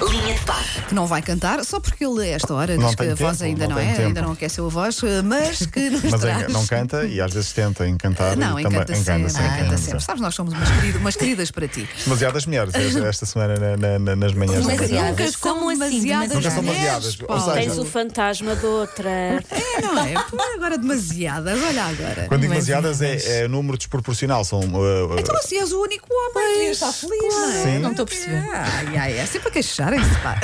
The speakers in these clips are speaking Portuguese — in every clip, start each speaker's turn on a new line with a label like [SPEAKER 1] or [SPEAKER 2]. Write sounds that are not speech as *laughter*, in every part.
[SPEAKER 1] linha de passe.
[SPEAKER 2] que não vai cantar, só porque ele, a esta hora,
[SPEAKER 3] Não
[SPEAKER 2] diz que
[SPEAKER 3] tem
[SPEAKER 2] a voz
[SPEAKER 3] tempo,
[SPEAKER 2] ainda não,
[SPEAKER 3] não tem
[SPEAKER 2] é,
[SPEAKER 3] tempo.
[SPEAKER 2] ainda não aqueceu a voz, eh, mas que nos
[SPEAKER 3] Mas
[SPEAKER 2] traz.
[SPEAKER 3] en- não canta e às vezes tenta encantar.
[SPEAKER 2] Não,
[SPEAKER 3] e
[SPEAKER 2] encanta
[SPEAKER 3] também,
[SPEAKER 2] sempre,
[SPEAKER 3] sim,
[SPEAKER 2] encanta sempre. Sabes, nós somos umas queridas, umas queridas para ti.
[SPEAKER 3] Demasiadas mulheres esta, esta semana na- na- na- nas manhãs. da
[SPEAKER 1] Demasiadas.
[SPEAKER 3] manhã.
[SPEAKER 1] Nunca são
[SPEAKER 2] como
[SPEAKER 1] assim,
[SPEAKER 2] demasiadas é?
[SPEAKER 1] Nunca são
[SPEAKER 3] demasiadas, ou
[SPEAKER 2] Paulo.
[SPEAKER 3] seja-
[SPEAKER 4] Tens o fantasma de outra.
[SPEAKER 2] É, não é? Pô, Agora demasiadas, olha agora.
[SPEAKER 3] Quando digo demasiadas é, é número desproporcional. São, uh, uh,
[SPEAKER 2] Então *laughs* assim és o único homem que está feliz, não é?
[SPEAKER 3] Sim.
[SPEAKER 5] Não estou a perceber.
[SPEAKER 2] Ai, ai, é sempre a queixarem-se, pá.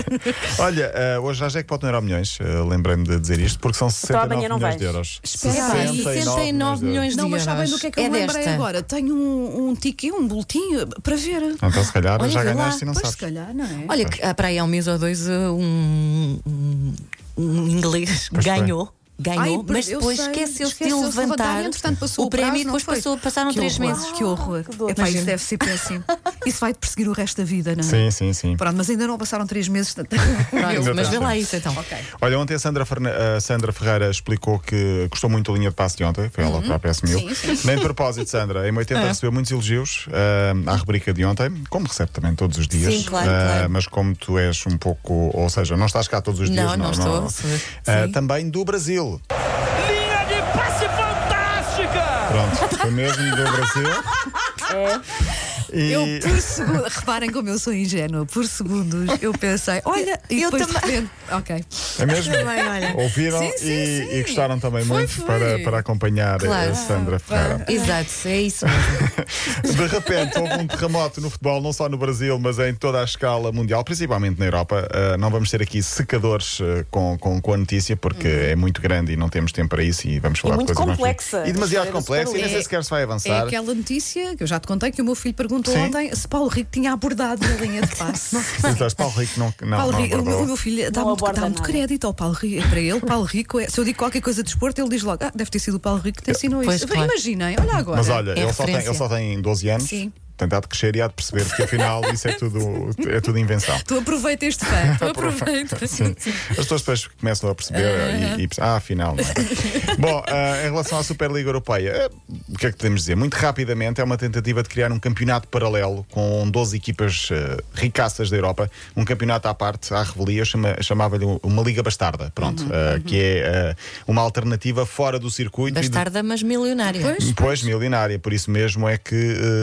[SPEAKER 3] Olha, eh, hoje já é que pode não ir ao milhões, eh, lembrei-me de dizer isto, porque são
[SPEAKER 4] Então
[SPEAKER 3] 69
[SPEAKER 4] amanhã não
[SPEAKER 3] milhões
[SPEAKER 4] vais.
[SPEAKER 3] de euros.
[SPEAKER 5] Espera, pá, 69 milhões de
[SPEAKER 2] Não, mas
[SPEAKER 5] euros.
[SPEAKER 2] sabem do que é que eu me lembrei agora? Tenho um, um tique, um boletim para ver.
[SPEAKER 3] Então, se calhar,
[SPEAKER 5] Olha,
[SPEAKER 3] já
[SPEAKER 5] vê lá.
[SPEAKER 3] ganhaste e não
[SPEAKER 2] pois se
[SPEAKER 3] sabes.
[SPEAKER 2] calhar, não é?
[SPEAKER 5] Olha, que há para aí há um mês ou dois uh, um, um- um inglês
[SPEAKER 3] Pois foi.
[SPEAKER 5] ganhou.
[SPEAKER 2] Ai,
[SPEAKER 5] Ganhou,
[SPEAKER 2] per-
[SPEAKER 5] mas
[SPEAKER 2] eu
[SPEAKER 5] depois
[SPEAKER 2] sei,
[SPEAKER 5] esqueceu-se de
[SPEAKER 2] esqueceu-se de
[SPEAKER 5] levantar,
[SPEAKER 2] levantar, entretanto passou
[SPEAKER 5] o
[SPEAKER 2] o
[SPEAKER 5] prémio
[SPEAKER 2] prazo,
[SPEAKER 5] e
[SPEAKER 2] não
[SPEAKER 5] depois
[SPEAKER 2] foi?
[SPEAKER 5] passou, passaram
[SPEAKER 2] Que
[SPEAKER 5] três
[SPEAKER 2] horror.
[SPEAKER 5] meses.
[SPEAKER 2] Que *laughs* horror.
[SPEAKER 4] dor.
[SPEAKER 2] Epá, isso
[SPEAKER 5] Imagino.
[SPEAKER 2] deve ser péssimo. Isso vai te perseguir o resto da vida, não é?
[SPEAKER 3] Sim, sim, sim.
[SPEAKER 2] Pronto, mas ainda não passaram três meses. portanto-
[SPEAKER 5] Pronto, mas vê lá isso então.
[SPEAKER 3] Olha, ontem a Sandra, Ferne- a Sandra Ferreira explicou que gostou muito do linha de passe de ontem, foi
[SPEAKER 5] Uhum.
[SPEAKER 3] ela própria assumiu.
[SPEAKER 2] Sim, sim.
[SPEAKER 3] Bem de propósito, Sandra, em
[SPEAKER 5] É.
[SPEAKER 3] 80 recebeu muitos elogios ah, à rubrica de ontem, como recebe também todos os dias.
[SPEAKER 5] Sim, claro,
[SPEAKER 3] Ah,
[SPEAKER 5] claro.
[SPEAKER 3] Mas como tu és um pouco, ou seja, não estás cá todos os
[SPEAKER 5] Não,
[SPEAKER 3] dias,
[SPEAKER 5] não estou, sou-
[SPEAKER 3] Ah,
[SPEAKER 5] sim.
[SPEAKER 3] também do Brasil.
[SPEAKER 6] Linha de passe fantástica!
[SPEAKER 3] Pronto, foi mesmo do Brasil. *laughs*
[SPEAKER 5] *laughs*
[SPEAKER 3] E- é
[SPEAKER 2] Eu, por segundo, reparem como eu sou ingênua, por segundos eu pensei, olha, e
[SPEAKER 5] Eu
[SPEAKER 2] depois de
[SPEAKER 5] também.
[SPEAKER 2] repente- Ok.
[SPEAKER 3] É mesmo?
[SPEAKER 5] Também, olha.
[SPEAKER 3] Ouviram
[SPEAKER 2] Sim, sim,
[SPEAKER 3] e,
[SPEAKER 2] sim.
[SPEAKER 3] e gostaram também
[SPEAKER 2] Foi,
[SPEAKER 3] muito
[SPEAKER 2] foi.
[SPEAKER 3] Para, para acompanhar
[SPEAKER 5] Claro.
[SPEAKER 3] a Sandra Ferreira.
[SPEAKER 5] Exato, é isso mesmo.
[SPEAKER 3] De repente houve um terremoto no futebol, não só no Brasil, mas em toda a escala mundial, principalmente na Europa. Ah, não vamos ter aqui secadores ah, com, com, com a notícia, porque é muito grande e não temos tempo para isso e vamos falar
[SPEAKER 4] muito
[SPEAKER 3] de coisas mais-
[SPEAKER 4] complexa.
[SPEAKER 3] E demasiado
[SPEAKER 4] É
[SPEAKER 3] complexa, e nem
[SPEAKER 4] super-
[SPEAKER 3] sei sequer se vai
[SPEAKER 2] É
[SPEAKER 3] avançar.
[SPEAKER 2] aquela notícia que eu já te contei que o meu filho perguntou
[SPEAKER 3] Sim.
[SPEAKER 2] ontem se Paulo Rico tinha abordado na linha de
[SPEAKER 5] *laughs*
[SPEAKER 2] passe.
[SPEAKER 3] Então, Paulo Rico não, não,
[SPEAKER 2] Paulo
[SPEAKER 3] não
[SPEAKER 2] Rico, o, meu,
[SPEAKER 3] abordou.
[SPEAKER 2] o meu filho dá
[SPEAKER 4] Não
[SPEAKER 2] muito,
[SPEAKER 4] aborda
[SPEAKER 2] dá muito
[SPEAKER 4] nada.
[SPEAKER 2] crédito ao Paulo Rico. Para ele, Paulo Rico é. Se eu digo qualquer coisa de desporto, ele diz logo: ah, deve ter sido o Paulo Rico que te ensinou
[SPEAKER 5] Pois,
[SPEAKER 2] isso.
[SPEAKER 5] claro.
[SPEAKER 2] Imaginem, olha agora.
[SPEAKER 3] É, Mas olha,
[SPEAKER 5] É
[SPEAKER 3] ele, só tem,
[SPEAKER 5] referência.
[SPEAKER 3] ele só tem 12 anos,
[SPEAKER 2] Sim.
[SPEAKER 3] tem dado de crescer e há de perceber que afinal isso é tudo, é tudo invenção.
[SPEAKER 2] Tu aproveita este fã,
[SPEAKER 3] *laughs*
[SPEAKER 2] tu aproveita.
[SPEAKER 3] As pessoas depois começam a perceber e, e ah, afinal. Não é? Bom, ah, em relação à Superliga Europeia, ah, o que é que podemos dizer? Muito rapidamente, é uma tentativa de criar um campeonato paralelo com 12 equipas ah, ricaças da Europa, um campeonato à parte, à revelia, chama- chamava-lhe uma Liga Bastarda, pronto, ah, que é ah, uma alternativa fora do circuito. e de-
[SPEAKER 5] Bastarda, mas milionária.
[SPEAKER 3] Pois, milionária, por isso mesmo é que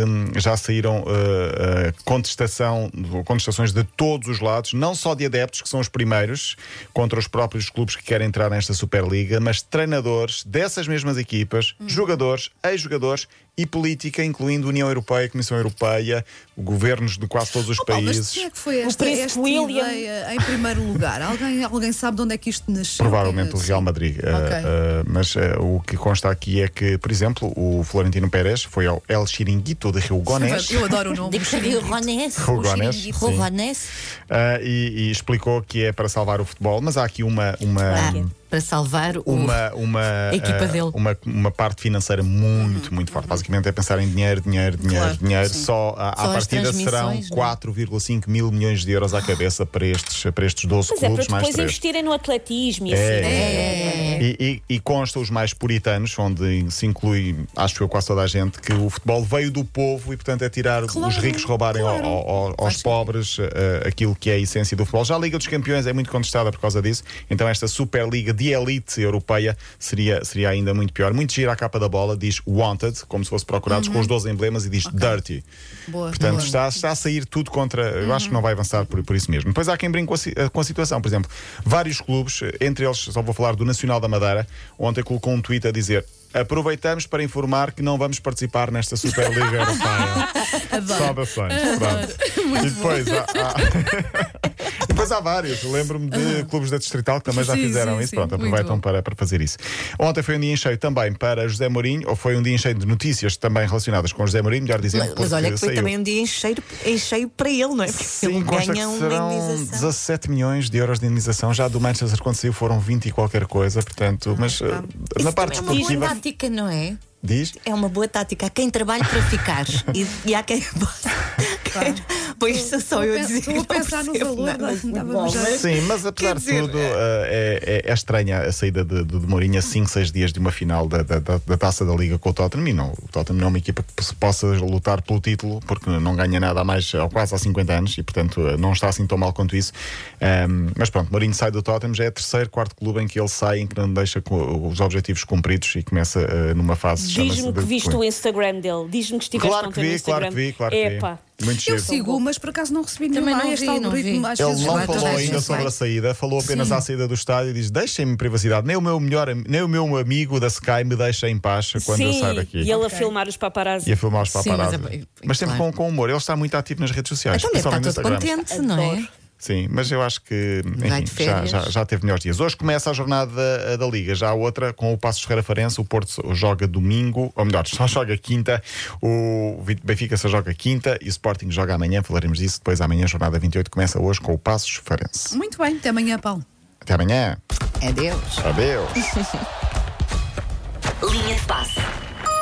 [SPEAKER 3] hum, já saíram uh, uh, contestação, contestações de todos os lados, não só de adeptos, que são os primeiros, contra os próprios clubes que querem entrar nesta Superliga, mas treinadores dessas mesmas equipas,
[SPEAKER 2] Hum.
[SPEAKER 3] jogadores, ex-jogadores e política, incluindo União Europeia, Comissão Europeia, governos de quase todos os
[SPEAKER 2] Paulo, mas
[SPEAKER 3] países.
[SPEAKER 2] quem é que foi esta,
[SPEAKER 4] Príncipe
[SPEAKER 2] esta
[SPEAKER 4] William.
[SPEAKER 2] ideia em primeiro lugar? Alguém, alguém sabe de onde é que isto nasceu?
[SPEAKER 3] Provavelmente o
[SPEAKER 2] Quem-
[SPEAKER 3] Real Madrid. Uh,
[SPEAKER 2] assim. Ok.
[SPEAKER 3] uh, mas uh, o que consta aqui é que, por exemplo, o Florentino Pérez foi ao El Chiringuito de Rio Gones.
[SPEAKER 2] Eu adoro o nome.
[SPEAKER 5] Digo que seria o Ronés.
[SPEAKER 3] Rogonés,
[SPEAKER 5] O
[SPEAKER 3] sim.
[SPEAKER 5] Rogonés.
[SPEAKER 3] Ah, e, e explicou que é para salvar o futebol, mas há aqui uma uma
[SPEAKER 5] Ah, Para salvar o.
[SPEAKER 3] uma, uma,
[SPEAKER 5] A equipa
[SPEAKER 3] ah,
[SPEAKER 5] dele.
[SPEAKER 3] uma uma parte financeira muito muito forte. Basicamente é pensar em dinheiro, dinheiro, dinheiro,
[SPEAKER 2] Claro,
[SPEAKER 3] dinheiro. Só a
[SPEAKER 5] Só
[SPEAKER 3] à
[SPEAKER 5] as
[SPEAKER 3] partida serão
[SPEAKER 5] transmissões, não é?
[SPEAKER 3] 4,5 mil milhões de euros à cabeça para estes para estes 12
[SPEAKER 4] Mas é para
[SPEAKER 3] clubes mais
[SPEAKER 4] depois
[SPEAKER 3] três.
[SPEAKER 4] investirem no atletismo e
[SPEAKER 3] É,
[SPEAKER 4] assim.
[SPEAKER 3] é, é. E, e- e consta os mais puritanos, onde se inclui, acho eu, quase toda a gente, que o futebol veio do povo e, portanto, é tirar os ricos roubarem ao- ao- ao- aos pobres eh, aquilo que é a essência do futebol. Já a Liga dos Campeões é muito contestada por causa disso, então esta Superliga de elite europeia seria, seria ainda muito pior. Muito gira a capa da bola, diz Wanted, como se fosse procurados, com os 12 emblemas e diz Dirty.
[SPEAKER 2] Uhum. Boa,
[SPEAKER 3] Portanto,
[SPEAKER 2] boa.
[SPEAKER 3] está, está a sair tudo contra. Eu acho que não vai avançar por, por isso mesmo. Depois há quem brinque com a, si- eh, com a situação. Por exemplo, vários clubes, eh, entre eles, só vou falar do Nacional da Madeira, ontem colocou um tweet a dizer. Aproveitamos para informar que não vamos participar nesta Superliga
[SPEAKER 7] *laughs*
[SPEAKER 3] Europeia. Saudações. Pronto. E depois há, *laughs* há- depois há vários. Lembro-me de clubes da Distrital que também já
[SPEAKER 2] Sim,
[SPEAKER 3] fizeram
[SPEAKER 2] sim,
[SPEAKER 3] isso.
[SPEAKER 2] sim.
[SPEAKER 3] Pronto,
[SPEAKER 2] Muito
[SPEAKER 3] aproveitam
[SPEAKER 2] bom.
[SPEAKER 3] para, para fazer isso. Ontem foi um dia em cheio também para José Mourinho, ou foi um dia em cheio de notícias também relacionadas com José Mourinho, melhor dizendo.
[SPEAKER 7] Mas, mas olha
[SPEAKER 3] porque
[SPEAKER 7] que foi
[SPEAKER 3] saiu.
[SPEAKER 7] também um dia em cheio, em cheio para ele, não é? Porque ele
[SPEAKER 3] Sim, consta
[SPEAKER 7] ganha
[SPEAKER 3] que
[SPEAKER 7] uma
[SPEAKER 3] serão
[SPEAKER 7] indenização.
[SPEAKER 3] 17 milhões de euros de indenização. Já do Manchester quando saiu foram 20 e qualquer coisa, portanto, mas eh, na parte
[SPEAKER 5] É uma boa
[SPEAKER 3] esportiva
[SPEAKER 5] tática, não é?
[SPEAKER 3] diz.
[SPEAKER 7] *laughs* É uma boa tática. Há quem trabalhe para ficar e, e há quem queira Depois sou só eu a dizer.
[SPEAKER 2] Estou a
[SPEAKER 7] não
[SPEAKER 2] pensar no
[SPEAKER 7] percebo
[SPEAKER 2] valor
[SPEAKER 7] nada.
[SPEAKER 2] da- estava já-
[SPEAKER 3] Sim, mas apesar
[SPEAKER 7] Quer
[SPEAKER 3] de
[SPEAKER 7] dizer,
[SPEAKER 3] tudo, eh, é, é- é estranha a saída de, de, de Mourinho a 5, 6 dias de uma final da, da, da- da taça da Liga com o Tottenham. E não, o Tottenham não é uma equipa que se possa lutar pelo título, porque não ganha nada há mais, ou quase há 50 anos, e portanto eh, não está assim tão mal quanto isso. Ahm, mas pronto, Mourinho sai do Tottenham, já é o terceiro, quarto clube em que ele sai, em que não deixa co- os objetivos cumpridos e começa eh, numa fase chama-se
[SPEAKER 4] Diz-me
[SPEAKER 3] de
[SPEAKER 4] que viste o
[SPEAKER 3] declínio.
[SPEAKER 4] Instagram dele. Diz-me que estiveste
[SPEAKER 3] Claro que
[SPEAKER 4] ontem no
[SPEAKER 3] vi,
[SPEAKER 4] Instagram.
[SPEAKER 3] claro que vi, claro que vi.
[SPEAKER 4] Epá.
[SPEAKER 3] Muito
[SPEAKER 2] Eu
[SPEAKER 3] giro.
[SPEAKER 2] sigo, mas por acaso não recebi nenhum
[SPEAKER 5] Também não
[SPEAKER 2] Ah, este
[SPEAKER 5] vi, não
[SPEAKER 2] algoritmo
[SPEAKER 5] vi.
[SPEAKER 2] às
[SPEAKER 3] Ele
[SPEAKER 2] vezes
[SPEAKER 3] não
[SPEAKER 2] vai
[SPEAKER 3] falou
[SPEAKER 2] atrás.
[SPEAKER 3] ainda
[SPEAKER 5] gente
[SPEAKER 3] sobre
[SPEAKER 5] vai.
[SPEAKER 3] a saída, falou apenas à saída do estádio e diz: deixem-me privacidade, nem o, meu melhor, am- nem o meu amigo da Sky me deixa em paz quando eu
[SPEAKER 4] Sim,
[SPEAKER 3] saio daqui.
[SPEAKER 4] e ele a filmar os paparazzi.
[SPEAKER 3] E a filmar os
[SPEAKER 5] Sim,
[SPEAKER 3] paparazzi.
[SPEAKER 5] mas é-
[SPEAKER 3] mas,
[SPEAKER 5] é-
[SPEAKER 3] sempre
[SPEAKER 5] claro.
[SPEAKER 3] com, com humor, ele está muito ativo nas redes sociais.
[SPEAKER 5] Então deve estar
[SPEAKER 3] principalmente no
[SPEAKER 5] todo
[SPEAKER 3] Instagram.
[SPEAKER 5] contente, não é?
[SPEAKER 4] Adoro.
[SPEAKER 3] Sim, mas eu acho que
[SPEAKER 5] Vai de
[SPEAKER 3] enfim, já,
[SPEAKER 5] férias.
[SPEAKER 3] já, já teve melhores dias. Hoje começa a jornada eh, da Liga, já há outra com o Passos Ferreira Farense. O Porto joga domingo, ou melhor, só joga quinta. O Vit- Benfica só joga quinta e o Sporting joga amanhã. Falaremos disso depois. Amanhã, jornada 28, começa hoje com o Passos Farense.
[SPEAKER 2] Muito bem, até amanhã, Paulo. É
[SPEAKER 3] Até amanhã.
[SPEAKER 5] Adeus.
[SPEAKER 3] Adeus.
[SPEAKER 1] Linha de passe.